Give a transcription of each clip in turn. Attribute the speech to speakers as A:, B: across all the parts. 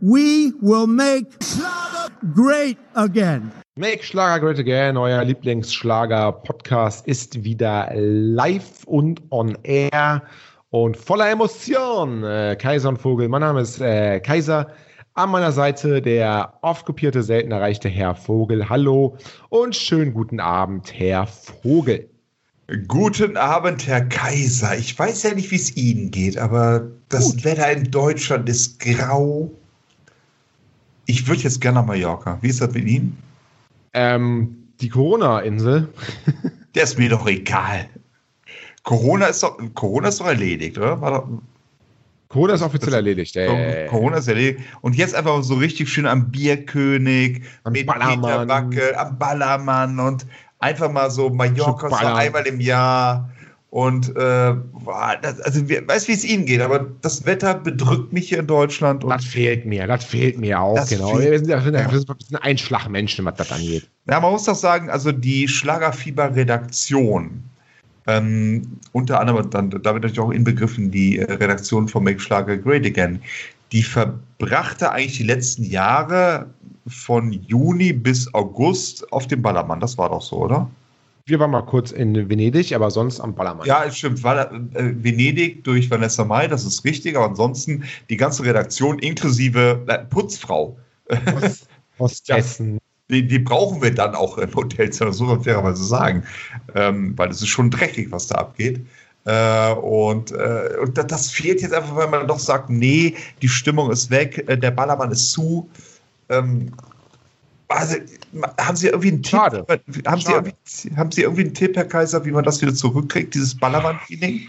A: We will make Schlager great again.
B: Make Schlager Great Again, euer Lieblingsschlager-Podcast, ist wieder live und on air und voller Emotion. Äh, Kaiser und Vogel, mein Name ist äh, Kaiser. An meiner Seite der oft kopierte, selten erreichte Herr Vogel. Hallo und schönen guten Abend, Herr Vogel.
C: Guten Abend, Herr Kaiser. Ich weiß ja nicht, wie es Ihnen geht, aber das Wetter in Deutschland ist grau. Ich würde jetzt gerne nach Mallorca. Wie ist das mit Ihnen?
B: Ähm, die Corona-Insel.
C: Der ist mir doch egal. Corona ist doch, Corona ist doch erledigt, oder? War doch,
B: Corona ist offiziell erledigt. Ey.
C: Corona ist erledigt. Und jetzt einfach so richtig schön am Bierkönig,
B: Am
C: mit
B: Ballermann.
C: Peter Backe, am Ballermann und einfach mal so Mallorca
B: Schön
C: so
B: ballern.
C: einmal im Jahr. Und äh, boah, das, also wir- weiß, wie es Ihnen geht, aber das Wetter bedrückt mich hier in Deutschland und
B: Das fehlt mir, das fehlt mir auch.
C: Das
B: genau.
C: fehlt-
B: wir sind, ja- wir sind, ja- wir sind ein Schlag Menschen, was das angeht.
C: Ja, man muss doch sagen, also die Schlagerfieber-Redaktion, ähm, unter anderem, dann, damit natürlich auch inbegriffen die äh, Redaktion von Make Schlager Great Again, die verbrachte eigentlich die letzten Jahre von Juni bis August auf dem Ballermann. Das war doch so, oder?
B: Wir waren mal kurz in Venedig, aber sonst am Ballermann.
C: Ja, stimmt. War, äh, Venedig durch Vanessa Mai, das ist richtig, aber ansonsten die ganze Redaktion inklusive äh, Putzfrau.
B: Ostessen.
C: Die, die brauchen wir dann auch im Hotelzimmer, so man fairerweise sagen. Ähm, weil es ist schon dreckig, was da abgeht. Äh, und äh, und das, das fehlt jetzt einfach, weil man doch sagt, nee, die Stimmung ist weg, äh, der Ballermann ist zu. Ähm, also, ma- haben Sie irgendwie einen Tipp?
B: Schade.
C: Haben, Sie
B: Schade.
C: irgendwie, haben Sie irgendwie einen Tipp, Herr Kaiser, wie man das wieder zurückkriegt, dieses Ballermann-Feeling?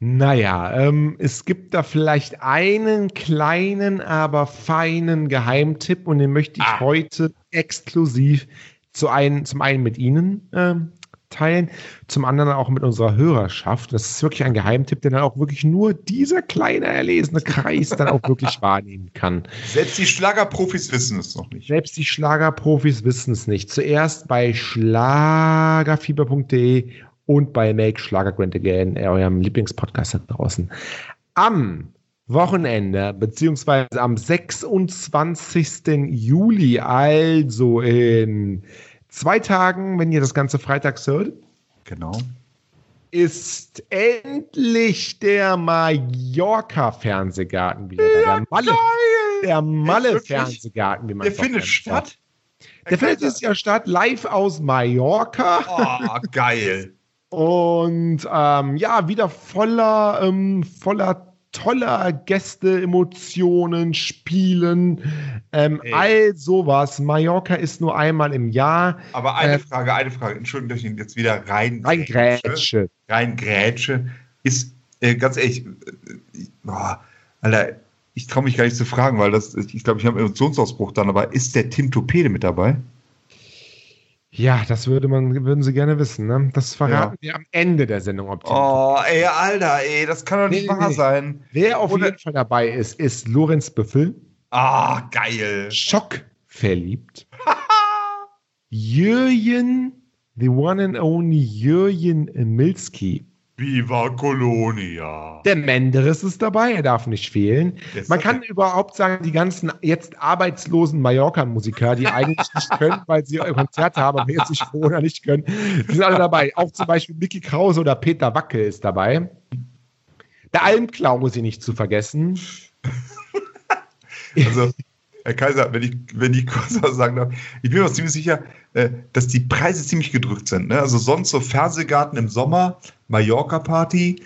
B: Naja, ähm, es gibt da vielleicht einen kleinen, aber feinen Geheimtipp und den möchte ich
C: Ah.
B: heute exklusiv zu einen, zum einen mit Ihnen ähm, teilen, zum anderen auch mit unserer Hörerschaft. Das ist wirklich ein Geheimtipp, den dann auch wirklich nur dieser kleine erlesene Kreis dann auch wirklich wahrnehmen kann.
C: Selbst die Schlagerprofis wissen es noch nicht.
B: Selbst die Schlagerprofis wissen es nicht. Zuerst bei schlagerfieber.de und bei Make Schlager Grand Again, äh, eurem Lieblingspodcast da draußen. Am Wochenende, beziehungsweise am 26. Juli, also in zwei Tagen, wenn ihr das Ganze freitags hört,
C: Genau.
B: ist endlich der Mallorca-Fernsehgarten wieder da. Der Malle, der Malle-Fernsehgarten, wie man
C: Der
B: es auch
C: findet
B: nennt.
C: statt.
B: Der
C: Herr
B: findet
C: Kaiser.
B: dieses Jahr statt, live aus Mallorca.
C: Oh, geil.
B: Und ähm, ja, wieder voller, ähm, voller toller Gäste, Emotionen, Spielen, ähm,
C: Ey.
B: all sowas. Mallorca ist nur einmal im Jahr.
C: Aber eine
B: Äh,
C: Frage, eine Frage. Entschuldigung, dass ich Ihnen jetzt wieder rein,
B: Ein Grätsche.
C: rein grätsche. Ist, äh, ganz ehrlich, äh, ich- boah, Alter, ich traue mich gar nicht zu fragen, weil das, ich glaube, ich habe einen Emotionsausbruch dann, aber ist der Tim Topede mit dabei?
B: Ja, das würde man, würden Sie gerne wissen. Ne? Das verraten wir am Ende der Sendung. Ob die-
C: Oh, ey, Alter, ey, das kann doch nicht
B: Nee, nee,
C: wahr
B: nee.
C: sein.
B: Wer auf
C: Oder-
B: jeden Fall dabei ist, ist Lorenz Büffel,
C: Ah, geil.
B: schockverliebt. Jürgen, the one and only Jürgen Milski.
C: Viva Colonia.
B: Der Menderes ist dabei, er darf nicht fehlen.
C: Das-
B: Man kann überhaupt sagen, die ganzen jetzt arbeitslosen Mallorca-Musiker, die eigentlich nicht können, weil sie Konzerte haben, aber jetzt nicht Corona nicht können, die sind alle dabei. Auch zum Beispiel Mickey Krause oder Peter Wacke ist dabei. Der Almklau muss ich nicht zu vergessen.
C: Also, Herr Kaiser, wenn ich, wenn ich kurz was sagen darf, ich bin mir auch ziemlich sicher, äh, dass die Preise ziemlich gedrückt sind. Ne? Also sonst so Fernsehgarten im Sommer, Mallorca-Party.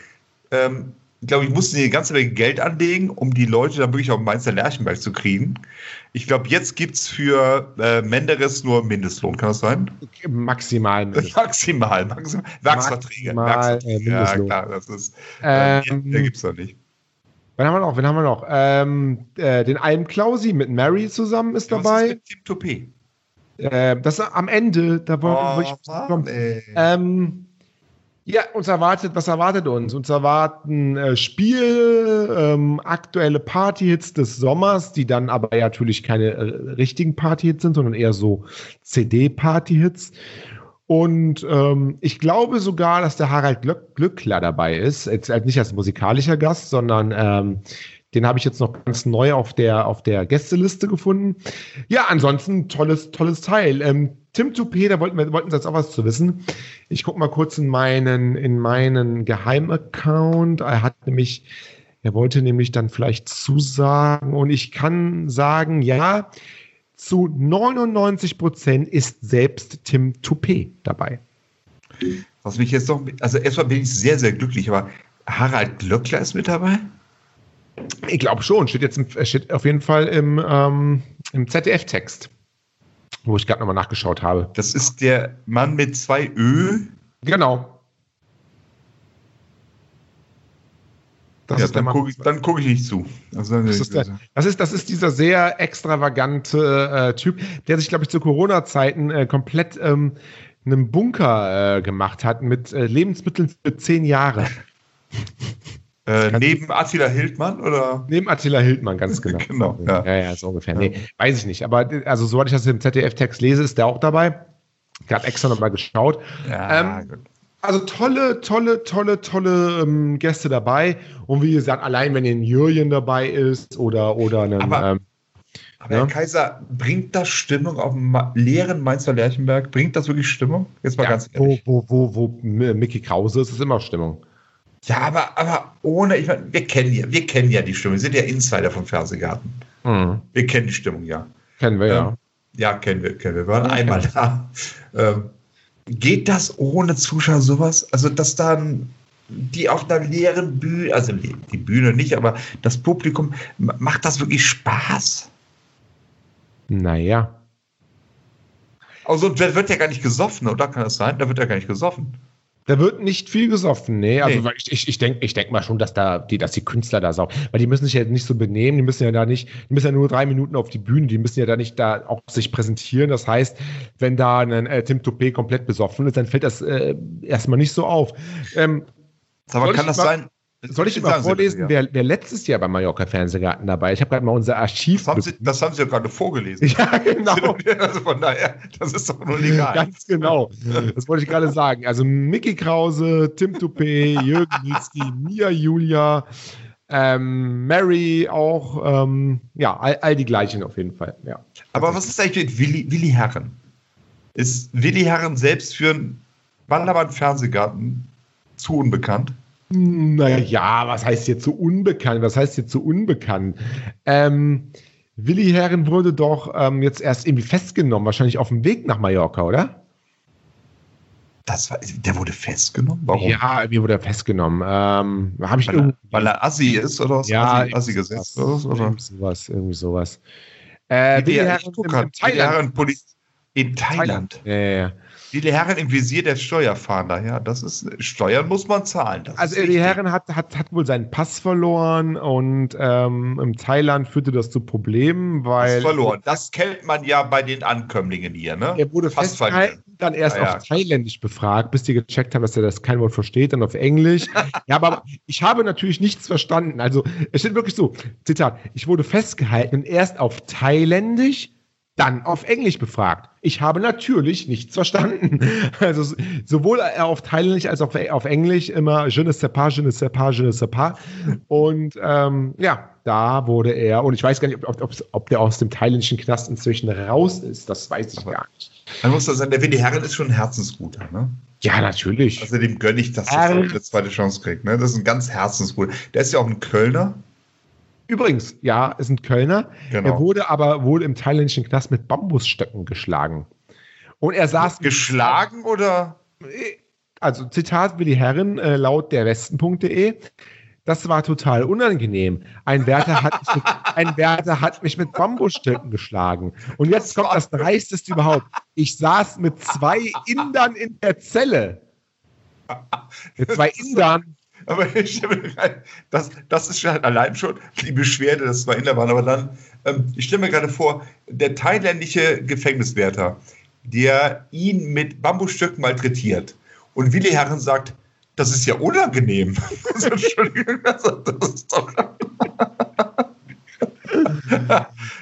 C: Ähm, ich glaube, ich musste eine ganze Menge Geld anlegen, um die Leute dann wirklich auf den Mainzer Lerchenberg zu kriegen. Ich glaube, jetzt gibt es für äh, Menderes nur Mindestlohn, kann das sein?
B: Maximal. mindestens.
C: Maximal, maximal. Werksverträge.
B: Maximal, äh,
C: Werksverträge. ja,
B: Mindestlohn.
C: klar, das ist. Äh,
B: Ähm,
C: der gibt es doch nicht.
B: Wen haben wir noch? Wen haben wir noch? Ähm, äh, den Alm Klausi mit Mary zusammen ist
C: Was ist
B: dabei.
C: mit Tim Topé?
B: Ähm, das ist am Ende, da wollte ich
C: Oh, Mann, ey.
B: Ähm, ja, uns erwartet, was erwartet uns? Uns erwarten äh, Spiele, ähm, aktuelle Partyhits des Sommers, die dann aber ja natürlich keine äh, richtigen Partyhits sind, sondern eher so CD-Partyhits. Und ähm, ich glaube äh, sogar, dass der Harald Glöck Glückler dabei ist. Jetzt halt nicht als musikalischer Gast, sondern ähm, Den habe ich jetzt noch ganz neu auf der, auf der Gästeliste gefunden. Ja, ansonsten tolles, tolles Teil. Ähm, Tim Toupé, da wollten wir wollten Sie jetzt auch was zu wissen. Ich gucke mal kurz in meinen, in meinen Geheimaccount. Er hat nämlich, er wollte nämlich dann vielleicht zusagen und ich kann sagen, ja, zu 99 Prozent ist selbst Tim Toupé dabei.
C: Was mich jetzt noch, also erstmal bin ich sehr, sehr glücklich, aber Harald Glöckler ist mit dabei?
B: Ich glaube schon, steht jetzt im, steht auf jeden Fall im, ähm, im ZDF-Text, wo ich gerade nochmal nachgeschaut habe.
C: Das ist der Mann mit zwei Ö.
B: Genau. Das
C: ja,
B: ist der
C: dann
B: Mann.
C: gucke ich, dann guck ich nicht zu. Also dann
B: Das ist, der, das, ist, das ist dieser sehr extravagante äh, Typ, der sich, glaube ich, zu Corona-Zeiten äh, komplett ähm, einen Bunker äh, gemacht hat mit äh, Lebensmitteln für zehn Jahre.
C: äh, neben Attila Hildmann oder?
B: Neben Attila Hildmann, ganz genau.
C: Genau, ja.
B: ja, ja, so ungefähr. Nee, weiß ich nicht. Aber äh, also, soweit ich das im ZDF-Text lese, ist der auch dabei. Gerade extra nochmal geschaut.
C: Ja,
B: Ähm,
C: gut.
B: Also tolle, tolle, tolle, tolle ähm, Gäste dabei. Und wie gesagt, allein wenn ein Jürgen dabei ist oder, oder einen,
C: Aber-
B: ähm,
C: Aber
B: ja.
C: Herr Kaiser, bringt das Stimmung auf dem Ma- leeren Mainzer Lerchenberg? Bringt das wirklich Stimmung? Jetzt mal
B: ja,
C: ganz ehrlich.
B: wo, wo, wo, wo M- Mickey Krause ist, ist immer Stimmung. Oh.
C: Ja, aber, aber ohne, ich meine, wir kennen ja, wir kennen ja die Stimmung. Wir sind ja Insider vom Fernsehgarten. Wir kennen die Stimmung, ja.
B: Kennen wir ja.
C: Ähm, Ja, kennen wir, kennen wir. Wir waren einmal da. Ähm, geht das ohne Zuschauer sowas? Also, dass dann die auf einer leeren Bühne, also die die Bühne nicht, aber das Publikum, m- macht das wirklich Spaß? Ähm.
B: Naja.
C: Also, da wird ja gar nicht gesoffen, oder kann das sein? Da wird ja gar nicht gesoffen.
B: Da wird nicht viel gesoffen, nee. Also
C: Nee.
B: Weil ich, ich, ich denke ich denk mal schon, dass da die, dass die Künstler da saugen. Weil die müssen sich ja nicht so benehmen, die müssen ja da nicht, die müssen ja nur drei Minuten auf die Bühne, die müssen ja da nicht da auch sich präsentieren. Das heißt, wenn da ein äh, Tim Toupé komplett besoffen ist, dann fällt das äh, erstmal nicht so auf. Ähm,
C: Sag mal,
B: Soll
C: kann
B: ich
C: das
B: mal-
C: sein?
B: soll ich
C: Sagen
B: mal
C: Sie
B: vorlesen,
C: bitte, ja.
B: wer, wer letztes Jahr beim Mallorca Fernsehgarten dabei? Ich habe gerade mal unser Archiv.
C: das, haben Sie, das haben Sie ja gerade vorgelesen.
B: ja, genau.
C: Also von daher, das ist doch nur legal.
B: Ganz genau. Das wollte ich gerade sagen. Also Mickey Krause, Tim Toupé, Jürgen Nitzki, Mia Julia, ähm, Mary auch. Ähm, ja, all, all die gleichen auf jeden Fall. Ja.
C: Aber was ist eigentlich mit Willi, Willi Herren? Ist Willi Herren selbst für einen Ballermann Fernsehgarten zu unbekannt?
B: Naja, was heißt hier zu unbekannt? Was heißt hier zu unbekannt? Ähm, Willi Herren wurde doch ähm, jetzt erst irgendwie festgenommen, wahrscheinlich auf dem Weg nach Mallorca, oder?
C: Das war, der wurde festgenommen? Warum?
B: Ja, irgendwie wurde er festgenommen. Ähm, Habe ich
C: Weil, er,
B: irgendwo
C: weil er Assi ist oder was? Assi, Assi gesetzt oder was? Oder?
B: irgendwie sowas, irgendwie sowas. Äh, Willi
C: Willi Herren-
B: Herren
C: ich
B: im-
C: guck
B: im
C: grad, Willi
B: Thailand.
C: Herren Poli- in Thailand.
B: Ja, ja, ja.
C: Willi Herren im Visier der Steuerfahnder. Ja, das ist, Steuern muss man zahlen. Das
B: Also
C: ist
B: Willi
C: richtig.
B: Herren hat, hat, hat wohl seinen Pass verloren und ähm, im Thailand führte das zu Problemen,
C: Das
B: weil
C: ist verloren. Das kennt man ja bei den Ankömmlingen hier, ne?
B: er wurde
C: Pass
B: festgehalten, dann erst
C: Ja, ja.
B: auf Thailändisch befragt, bis die gecheckt haben, dass er das kein Wort versteht, dann auf Englisch. ja, aber ich habe natürlich nichts verstanden. Also es steht wirklich so, Zitat, ich wurde festgehalten und erst auf Thailändisch, dann auf Englisch befragt. Ich habe natürlich nichts verstanden. Also s- sowohl auf Thailändisch als auch auf Englisch immer je ne sais pas, je ne sais pas, je ne sais pas. Und ähm, ja, da wurde er, und ich weiß gar nicht, ob, ob, ob der aus dem thailändischen Knast inzwischen raus ist. Das weiß ich
C: Aber-
B: gar nicht.
C: Man muss doch sagen, der Willi Herren ist schon ein Herzensguter, ne?
B: Ja, natürlich.
C: Also dem gönne ich, dass er eine zweite Chance kriegt. Ne? Das ist ein ganz herzensguter. Der ist ja auch ein Kölner.
B: Übrigens, ja, es sind Kölner.
C: Genau.
B: Er wurde aber wohl im thailändischen Knast mit Bambusstöcken geschlagen. Und er saß,
C: Geschlagen oder?
B: also Zitat Willi Herren, äh, laut der Westen.de, das war total unangenehm. Ein Wärter, hat mich mit, ein Wärter hat mich mit Bambusstöcken geschlagen. Und jetzt kommt das Dreisteste überhaupt. Ich saß mit zwei Indern in der Zelle. Mit zwei Indern.
C: Aber ich stelle mir gerade- das, das ist schon allein schon die Beschwerde, dass es zwei Inder waren. Aber dann, ähm, ich stelle mir gerade vor, der thailändische Gefängniswärter, der ihn mit Bambusstöcken malträtiert. Und Willi Herren sagt, das ist ja unangenehm. Also, Entschuldigung, also, das ist doch.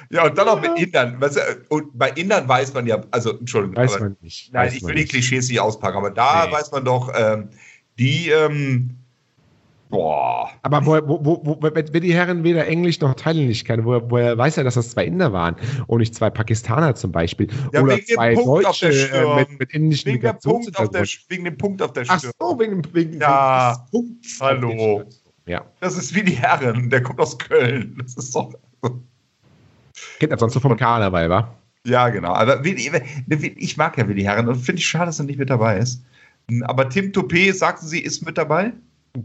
C: ja, und dann auch mit Indern. Weißt du, Und bei Indern weiß man ja, also, Entschuldigung.
B: Weiß
C: aber-
B: man nicht.
C: Nein,
B: weiß
C: ich
B: man
C: will die
B: nicht.
C: Klischees nicht auspacken, aber da
B: Nee.
C: weiß man doch, ähm, die, ähm, Boah.
B: Aber woher, wo, wo, wo, wenn wenn die Herren weder Englisch noch Thailändisch kennen, woher, woher weiß er, dass das zwei Inder waren und nicht zwei Pakistaner zum Beispiel?
C: Ja,
B: Oder
C: wegen dem
B: zwei
C: Punkt auf
B: Deutsche
C: der Stirn.
B: äh, mit, mit indischen
C: Wegen, der Punkt auf der,
B: Migrationshintergrund.
C: wegen dem Punkt auf der
B: Ach
C: Stirn.
B: so, wegen, wegen wegen
C: Ja,
B: des Punkts. auf
C: hallo.
B: der Stirn. Ja,
C: Das ist wie die Herren. Der kommt aus Köln. Das ist doch.
B: kennt das sonst nur vom Karneval, wa?
C: Ja, genau. Aber Willi- Willi- ich mag ja Willi Herren und finde ich schade, dass er nicht mit dabei ist. Hm, Aber Tim Toupet, sagten Sie, ist mit dabei?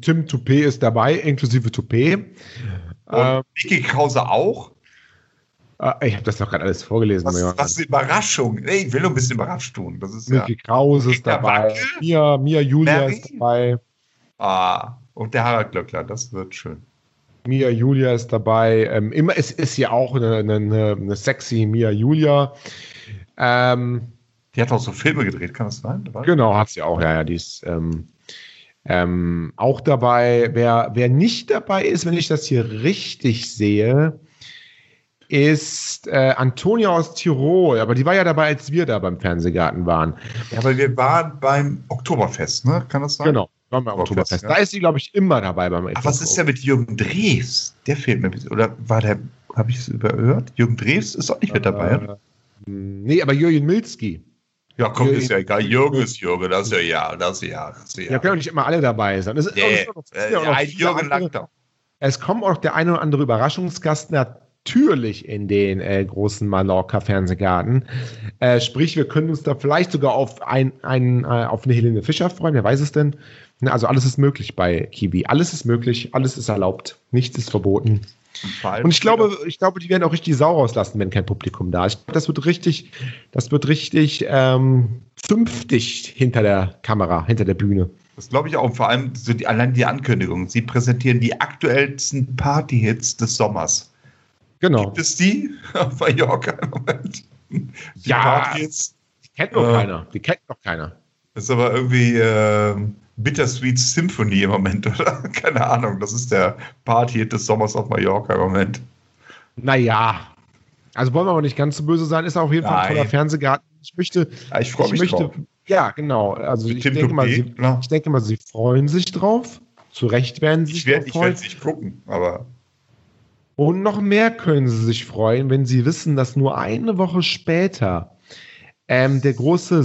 B: Tim Toupet ist dabei, inklusive Toupet.
C: Und
B: Ähm,
C: Niki Krause auch?
B: äh, ich habe das doch gerade alles vorgelesen.
C: Was,
B: ja.
C: was eine Überraschung. Nee, ich will nur ein bisschen überrascht tun. Das ist ja.
B: Mickey Kraus ist
C: Peter
B: dabei.
C: Wacke?
B: Mia, Mia Julia
C: Mary?
B: ist dabei.
C: Ah, und der Harald Glöckler, das wird schön.
B: Mia Julia ist dabei. Ähm, immer es ist ja auch eine, eine- eine, eine sexy Mia Julia. Ähm,
C: Die hat auch so Filme gedreht, kann das sein? Warte.
B: genau, hat sie auch. Ja, ja, die ist ähm, ähm, auch dabei. Wer, wer nicht dabei ist, wenn ich das hier richtig sehe, ist äh, Antonia aus Tirol. Aber die war ja dabei, als wir da beim Fernsehgarten waren.
C: Ja, aber wir waren beim Oktoberfest, ne? Kann das sein?
B: Genau. Waren wir am
C: Oktoberfest,
B: Oktoberfest.
C: ja.
B: Da ist sie, glaube ich, immer dabei beim
C: Ach, was ist denn mit Jürgen Drews? Der fehlt mir ein bisschen. Oder war der, habe ich es überhört? Jürgen Drews ist auch nicht mit dabei. oder?
B: Äh, nee, aber Jürgen Milzki.
C: Ja, komm,
B: Jürgen-
C: ist ja egal. Jürgen ist Jürgen, das ist ja ja, das ist ja, das ist
B: Ja,
C: ja.
B: können auch nicht immer alle dabei sein. Es, ist-
C: Nee,
B: es, sind auch noch- es sind
C: äh,
B: ja auch noch
C: ein
B: viele
C: Jürgen
B: andere-
C: Langdau.
B: es kommt auch der eine oder andere Überraschungsgast natürlich in den äh, großen Mallorca-Fernsehgarten. Äh, sprich, wir können uns da vielleicht sogar auf, ein, ein, äh, auf eine Helene Fischer freuen, wer weiß es denn. Ne, Also alles ist möglich bei Kiwi. Alles ist möglich, alles ist erlaubt, nichts ist verboten. Und ich glaube, ich glaube, die werden auch richtig sauer rauslassen, wenn kein Publikum da ist. Das wird richtig, das wird richtig ähm, zünftig hinter der Kamera, hinter der Bühne.
C: Das glaube ich auch. Und vor allem so die, allein die Ankündigung. Sie präsentieren die aktuellsten Party-Hits des Sommers.
B: Genau.
C: Gibt es die auf Mallorca im Moment? Die
B: Ja.
C: Party-Hits.
B: Kennt noch
C: Äh.
B: keiner. Die kennt noch keiner.
C: Das ist aber irgendwie ähm, Bittersweet Symphony im Moment, oder? Keine Ahnung. Das ist der Party-Hit des Sommers auf Mallorca im Moment.
B: Naja. Also wollen wir aber nicht ganz so böse sein. Ist auf jeden Fall ein
C: Nein.
B: toller Fernsehgarten. Ich möchte.
C: Ja, Ah, ich freue mich
B: möchte,
C: drauf.
B: Ja, genau. Also ich
C: Tim
B: denke, mal,
C: Toupet, ne?
B: sie,
C: klar.
B: ich denke mal, sie freuen sich drauf. Zu Recht werden sie
C: Ich
B: sich
C: werde
B: drauf
C: ich
B: freuen.
C: werd nicht gucken, aber
B: Und noch mehr können sie sich freuen, wenn sie wissen, dass nur eine Woche später ähm, der große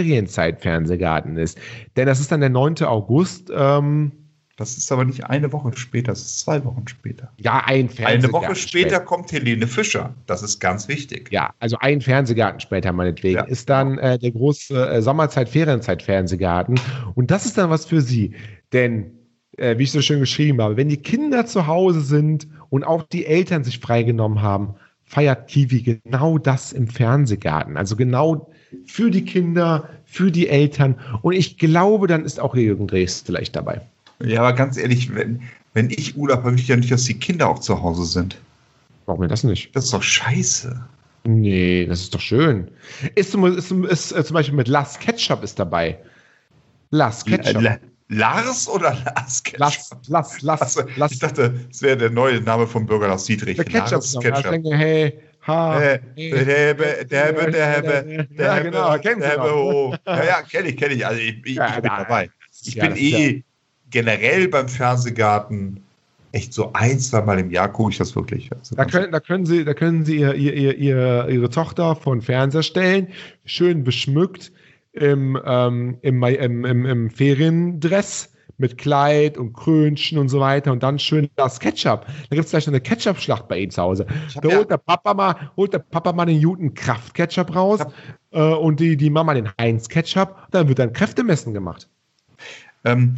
B: Sommerzeit-Ferienzeit-Fernsehgarten ist. Denn das ist dann der 9. August. Ähm,
C: das ist aber nicht eine Woche später, das ist zwei Wochen später.
B: ja, ein Fernsehgarten.
C: Eine Woche später kommt Helene Fischer. Das ist ganz wichtig.
B: Ja, also ein Fernsehgarten später, meinetwegen,
C: Ja.
B: ist dann äh, der große äh, Sommerzeit-Ferienzeit-Fernsehgarten. Und das ist dann was für Sie. Denn, äh, wie ich so schön geschrieben habe, wenn die Kinder zu Hause sind und auch die Eltern sich freigenommen haben, feiert Kiwi genau das im Fernsehgarten. Also genau für die Kinder, für die Eltern. Und ich glaube, dann ist auch Jürgen Drees vielleicht dabei.
C: Ja, aber ganz ehrlich, wenn, wenn ich Urlaub habe, will ich ja nicht, dass die Kinder auch zu Hause sind.
B: Warum denn das nicht?
C: Das ist doch scheiße.
B: Nee, das ist doch schön. Ist, zum- ist, zum- ist äh, zum Beispiel mit Lars Ketchup ist dabei. Lars Ketchup.
C: Äh, La- Lars oder Lars Ketchup?
B: Lars, Lars, Lars,
C: Achso,
B: Lars.
C: Also, ich dachte, das wäre der neue Name vom Bürger Lars Dietrich.
B: der Ketchup.
C: Lars
B: Ketchup. Ich denke, hey, ha.
C: Äh,
B: hey.
C: der Hebe, der Hebe, der Hebe, der
B: Ja,
C: Hebe,
B: genau, kennen Sie
C: der Hebe,
B: noch.
C: oh. Ja, ja, kenne ich, kenne ich. Also ich, ich, ich
B: Ja,
C: bin
B: da-
C: dabei. Ich
B: ja,
C: bin
B: das ist
C: eh generell beim Fernsehgarten echt so ein, zwei Mal im Jahr gucke ich das wirklich. Also
B: Da
C: ganz-
B: können, da können Sie, da können Sie ihr, ihr, ihr, ihr, Ihre Tochter vor den Fernseher stellen, schön beschmückt im, ähm, im, Mai- im, im, im Feriendress mit Kleid und Krönchen und so weiter und dann schön das Ketchup. Da gibt es gleich noch eine Ketchup-Schlacht bei ihm zu Hause.
C: hab
B: Da
C: ja-
B: holt der Papa mal, holt der Papa mal den Juten-Kraft-Ketchup raus
C: Ich hab-
B: äh, und die, die Mama den Heinz-Ketchup. Dann wird dann Kräftemessen gemacht.
C: ähm,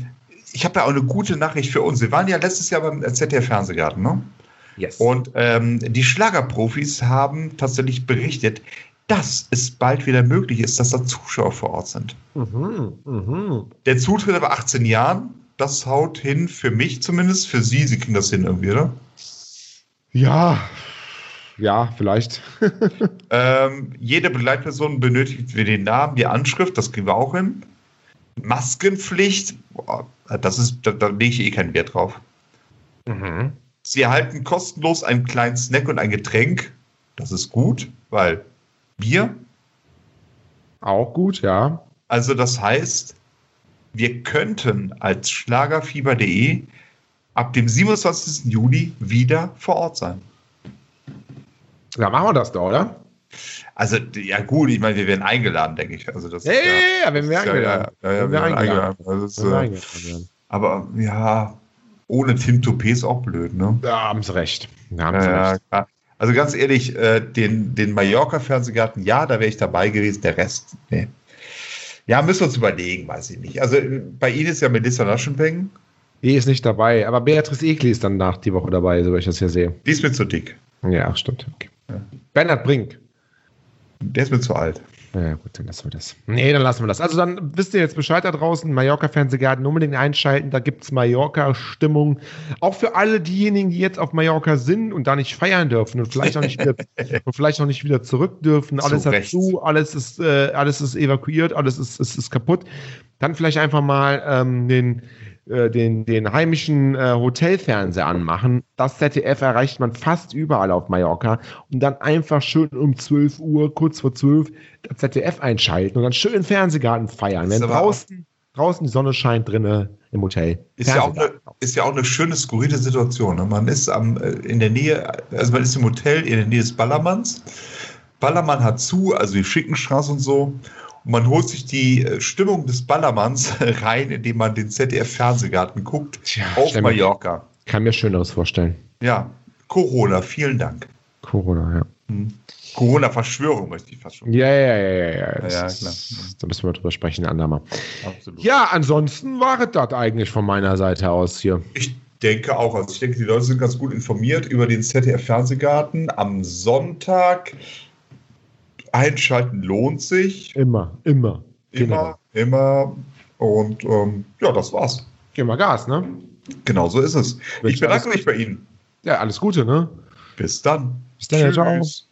C: ich habe ja auch eine gute Nachricht für uns. Wir waren ja letztes Jahr beim ZDF-Fernsehgarten, ne?
B: Yes.
C: Und ähm, die Schlagerprofis haben tatsächlich berichtet, dass es bald wieder möglich ist, dass da Zuschauer vor Ort sind.
B: mhm, mhm.
C: Der Zutritt aber 18 Jahren, das haut hin, für mich zumindest, für Sie, Sie kriegen das hin irgendwie, oder?
B: Ja, ja, vielleicht.
C: Ähm, jede Begleitperson benötigt wir den Namen, die Anschrift, das kriegen wir auch hin. Maskenpflicht, boah, das ist, da, da lege ich eh keinen Wert drauf.
B: mhm.
C: Sie erhalten kostenlos einen kleinen Snack und ein Getränk. Das ist gut, weil Bier.
B: Auch gut, ja.
C: Also das heißt, wir könnten als schlagerfieber.de ab dem 27. Juli wieder vor Ort sein.
B: Ja, machen wir das da, oder?
C: Also, ja gut, ich meine, wir werden eingeladen, denke ich. Also, das
B: Ja,
C: ist
B: ja,
C: ja-
B: ja, ja, wenn wir
C: Ja, ja,
B: eingeladen.
C: ja,
B: Wenn
C: ja, wir
B: wir
C: werden
B: eingeladen.
C: eingeladen. Also, das,
B: Wenn wir
C: äh,
B: eingeladen werden.
C: Aber ja, ohne Tim Toupet ist auch blöd, ne?
B: Da haben sie recht. Da haben sie
C: Ja,
B: recht.
C: klar. Also ganz ehrlich, äh, den, den Mallorca-Fernsehgarten, ja, da wäre ich dabei gewesen, der Rest, nee. Ja, müssen wir uns überlegen, weiß ich nicht. Also äh, bei Ihnen ist ja Melissa Laschenpeng,
B: Die ist nicht dabei, aber Beatrice Egli ist dann nach die Woche dabei, so wie ich das hier sehe.
C: die ist mir zu dick.
B: Ja, stimmt. Okay. Bernhard Brink.
C: Der ist mir zu alt.
B: Ja, gut, dann lassen wir das. Nee, dann lassen wir das. Also dann wisst ihr jetzt Bescheid da draußen. Mallorca-Fernsehgarten unbedingt einschalten. Da gibt es Mallorca-Stimmung. Auch für alle diejenigen, die jetzt auf Mallorca sind und da nicht feiern dürfen und vielleicht auch nicht wieder, und vielleicht auch nicht wieder zurück dürfen.
C: Zu
B: Alles hat
C: Recht.
B: zu, alles ist, äh, alles ist evakuiert, alles ist, ist, ist kaputt. Dann vielleicht einfach mal ähm, den, äh, den, den heimischen äh, Hotelfernseher anmachen. Das ZDF erreicht man fast überall auf Mallorca. Und dann einfach schön um 12 Uhr, kurz vor 12, das ZDF einschalten und dann schön im Fernsehgarten feiern.
C: Ist
B: Wenn
C: aber-
B: draußen, draußen die Sonne scheint, drinnen im Hotel.
C: Ist ja, also auch eine,
B: Fernsehgarten.
C: ist ja auch eine schöne, skurrile Situation. Ne? Man ist am, äh, in der Nähe, also man ist im Hotel in der Nähe des Ballermanns. Ballermann hat zu, also die Schickenstraße und so. Und man holt sich die äh, Stimmung des Ballermanns rein, indem man den ZDF-Fernsehgarten guckt.
B: Tja,
C: auf
B: stell mir-
C: Mallorca.
B: Kann mir Schöneres vorstellen.
C: Ja, Corona, vielen Dank.
B: Corona, ja.
C: Corona-Verschwörung möchte ich fast schon.
B: Ja, ja, ja, ja, ja. Das,
C: Ja,
B: ist- Da müssen wir drüber sprechen, ein andermal.
C: Absolut.
B: Ja, ansonsten war es das eigentlich von meiner Seite aus hier.
C: Ich denke auch. Also ich denke, die Leute sind ganz gut informiert über den ZDF-Fernsehgarten. Am Sonntag einschalten lohnt sich.
B: Immer, immer.
C: Immer, immer. Und ähm, ja, das war's.
B: Gib mal Gas, ne?
C: Genau so ist es. Ich bedanke mich bei Ihnen.
B: Ja, alles Gute, ne?
C: Bis dann.
B: Bis dann, ja, ciao.
C: Tschüss.